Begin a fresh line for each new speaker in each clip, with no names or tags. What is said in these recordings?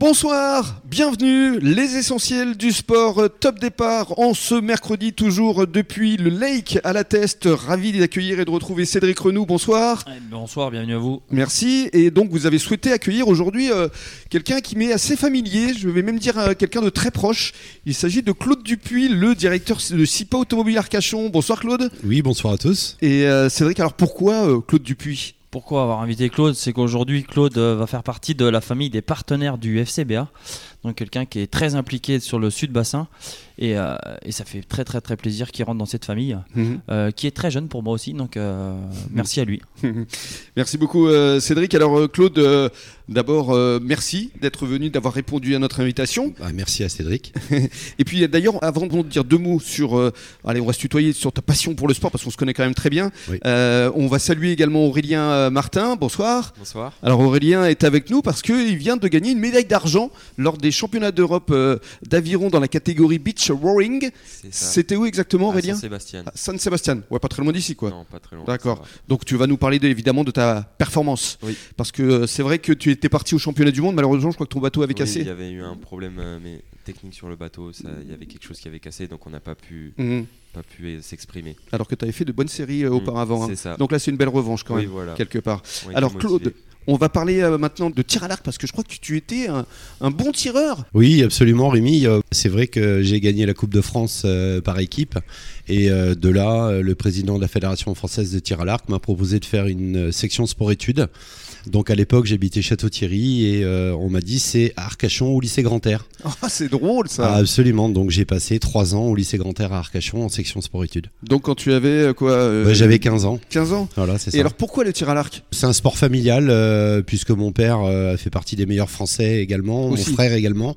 Bonsoir, bienvenue, les essentiels du sport, euh, top départ en ce mercredi toujours depuis le Lake à la Teste. Ravi d'accueillir et de retrouver Cédric Renou, bonsoir.
Bonsoir, bienvenue à vous.
Merci, et donc vous avez souhaité accueillir aujourd'hui euh, quelqu'un qui m'est assez familier, je vais même dire euh, quelqu'un de très proche. Il s'agit de Claude Dupuis, le directeur de SIPA Automobile Arcachon. Bonsoir Claude.
Oui, bonsoir à tous.
Et euh, Cédric, alors pourquoi euh, Claude Dupuis
pourquoi avoir invité Claude C'est qu'aujourd'hui, Claude euh, va faire partie de la famille des partenaires du FCBA, donc quelqu'un qui est très impliqué sur le sud-bassin, et, euh, et ça fait très très très plaisir qu'il rentre dans cette famille,
Mhm.
euh, qui est très jeune pour moi aussi, donc euh, merci à lui.
Merci beaucoup euh, Cédric. Alors euh, Claude, euh, d'abord euh, merci d'être venu, d'avoir répondu à notre invitation.
Bah, merci à Cédric.
Et puis euh, d'ailleurs, avant de dire deux mots sur, euh, allez, on va se tutoyer sur ta passion pour le sport parce qu'on se connaît quand même très bien.
Oui.
Euh, on va saluer également Aurélien euh, Martin. Bonsoir.
Bonsoir.
Alors Aurélien est avec nous parce qu'il vient de gagner une médaille d'argent lors des championnats d'Europe euh, d'aviron dans la catégorie beach rowing.
C'est ça. Ah,
C'était où exactement Aurélien
Sébastien.
À San Sébastien. Ouais, pas très loin d'ici quoi.
Non, pas très loin.
D'accord. Donc tu vas nous parler de- évidemment de ta performance.
Oui.
Parce que euh, c'est vrai que tu étais parti au championnat du monde, malheureusement je crois que ton bateau avait
Avec
cassé.
Il y avait eu un problème euh, mais technique sur le bateau. ça- Il y avait quelque chose qui avait cassé, donc on n'a pas pu,
Mhm.
pas pu euh, s'exprimer.
Alors que tu avais fait de bonnes séries euh,
Mhm,
auparavant. hein.
c'est ça.
Donc là c'est une belle revanche quand
oui,
même,
voilà.
quelque part.
On était
Alors,
motivés.
Claude. On va parler euh, maintenant de tir à l'arc parce que je crois que tu étais un, un bon tireur.
Oui, absolument, Rémi. Euh, C'est vrai que j'ai gagné la Coupe de France euh, par équipe. Et euh, de là, euh, le président de la Fédération française de tir à l'arc m'a proposé de faire une euh, section sport-études. Donc à l'époque, j'habitais Château-Thierry et euh, on m'a dit c'est à Arcachon au lycée Grand-Air.
Ah, c'est drôle ça.
Ah, absolument. Donc j'ai passé trois ans au lycée Grand-Air à Arcachon en section sport-études.
Donc quand tu avais euh, quoi euh,
Bah, J'avais 15 ans.
15 ans.
Voilà, c'est ça.
Et alors pourquoi le tir à l'arc
C'est un sport familial euh, puisque mon père euh, a fait partie des meilleurs Français également,
Aussi.
mon frère également.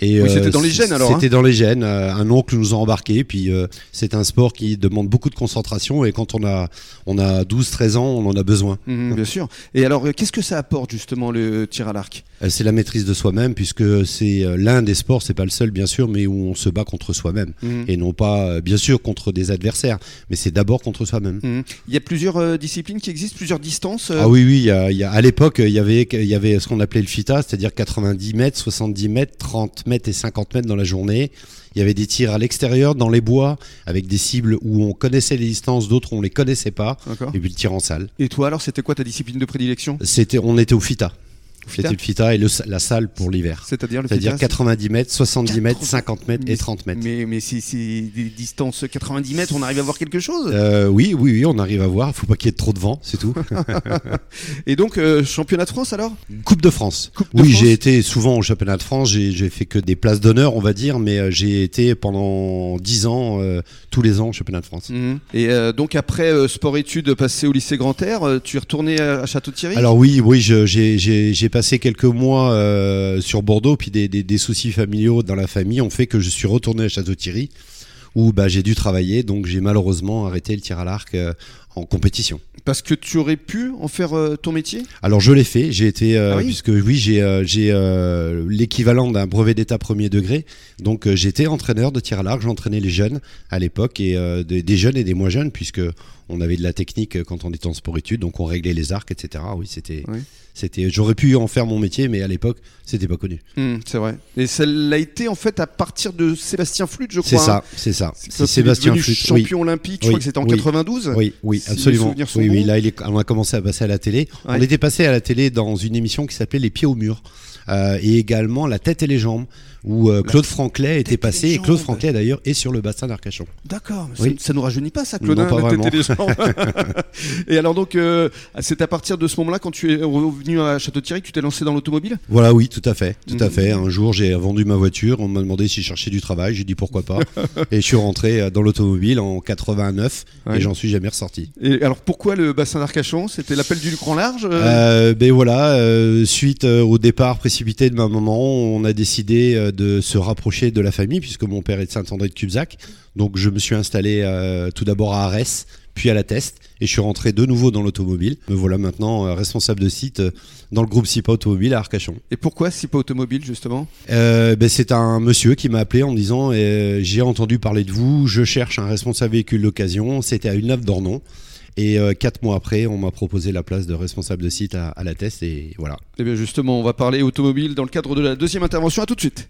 Et euh,
Oui, c'était dans les gènes, alors, hein.
C'était dans les gènes. euh, Un oncle nous a embarqués. Puis euh, c'est un sport qui demande beaucoup de concentration et quand on a on a 12-13 ans, on en a besoin.
Mhm, Bien sûr. Et alors euh, qu'est-ce que ça apporte justement le tir à l'arc
Euh, C'est la maîtrise de soi-même puisque c'est euh, l'un des sports, c'est pas le seul bien sûr, mais où on se bat contre soi-même
Mhm.
et non pas euh, bien sûr contre des adversaires, mais c'est d'abord contre soi-même.
Mhm. Il y a plusieurs euh, disciplines qui existent, plusieurs distances. euh,
Ah oui, oui, il y a- il y a- à l'époque, il y avait, il y avait ce qu'on appelait le FITA, c'est-à-dire 90 mètres, 70 mètres, 30 mètres et 50 mètres dans la journée. Il y avait des tirs à l'extérieur, dans les bois, avec des cibles où on connaissait les distances, d'autres on les connaissait pas,
D'accord.
et puis le tir en salle.
Et toi alors, c'était quoi ta discipline de prédilection
C'était, on était au FITA. C'était
FITA
le FITA et le sa- la salle pour l'hiver.
C'est-à-dire le
C'est-à-dire
fitness
90 mètres, 70 mètres, 50 mètres et 30 mètres.
Mais, mais c'est c'est des distances 90 mètres, on arrive à voir quelque chose.
Euh, oui, oui, oui, on arrive à voir. Faut pas qu'il y ait trop de vent, c'est tout.
Et donc, euh, championnat de France alors
Coupe de France.
de
oui,
France.
j'ai été souvent au championnat de France. J'ai j'ai fait que des places d'honneur, on va dire, mais euh, j'ai été pendant 10 ans, euh, tous les ans, au championnat de France.
Et euh, donc, après euh, sport-études passé au lycée Grand-Air, euh, tu es retourné à, à Château-Thierry
Alors oui, oui, je- j'ai- j'ai j'ai passé quelques mois euh, sur Bordeaux, puis des, des- des soucis familiaux dans la famille ont fait que je suis retourné à Château-Thierry, où bah, j'ai dû travailler, donc j'ai malheureusement arrêté le tir à l'arc euh, en compétition.
Parce que tu aurais pu en faire euh, ton métier
Alors je l'ai fait, j'ai été euh,
Ah oui
puisque oui j'ai euh, j'ai euh, l'équivalent d'un brevet d'état premier degré, donc euh, j'étais entraîneur de tir à l'arc, j'entraînais les jeunes à l'époque et euh, des, des jeunes et des moins jeunes puisque on avait de la technique euh, quand on était en sport études, donc on réglait les arcs etc. Oui c'était
Oui.
c'était j'aurais pu en faire mon métier mais à l'époque c'était pas connu.
Hmm, C'est vrai. Et ça l'a été en fait à partir de Sébastien Flûte, je
C'est
crois. hein.
ça, c'est ça.
Quand il est
C'est Sébastien
devenu
Flûte. oui.
champion olympique, je
Oui,
crois que c'était en
oui.
92.
Oui, oui,
Si mes
absolument.
souvenirs sont
Oui, oui,
bons.
là, il est- on a commencé à passer à la télé.
Ouais.
On était passé à la télé dans une émission qui s'appelait Les Pieds au mur. Euh, et également La tête et les jambes, où euh, Claude Franclet était
tête et
passé.
les
Et
jambes.
Claude Franclet, d'ailleurs, est sur le bassin d'Arcachon.
D'accord, mais
Oui.
ça, ça nous rajeunit pas ça, Claude.
Non,
hein,
pas
la tête
vraiment.
et les jambes. et alors donc, euh, c'est à partir de ce moment-là, quand tu es revenu à Château-Thierry, que tu t'es lancé dans l'automobile
Voilà, oui, tout à fait. Tout à
Mhm.
fait. Un jour, j'ai vendu ma voiture. On m'a demandé si je cherchais du travail. J'ai dit pourquoi pas. et je suis rentré euh, dans l'automobile en 89.
Ouais.
Et j'en suis jamais ressorti.
Et alors pourquoi le bassin d'Arcachon C'était l'appel du grand large euh
Euh, ben voilà, euh, suite euh, au départ précipité de ma maman, on a décidé euh, de se rapprocher de la famille puisque mon père est de Saint-André de Cubzac. Donc je me suis installé euh, tout d'abord à Arès, puis à La Teste, et je suis rentré de nouveau dans l'automobile. Me voilà maintenant euh, responsable de site euh, dans le groupe SIPA Automobile à Arcachon.
Et pourquoi si pas automobile justement
Euh, ben, c'est un monsieur qui m'a appelé en me disant euh, j'ai entendu parler de vous, je cherche un responsable véhicule d'occasion. C'était à une lave d'Ornon. Et euh, quatre mois après, on m'a proposé la place de responsable de site à, à la test. Et voilà.
Eh bien justement, on va parler automobile dans le cadre de la deuxième intervention. À tout de suite.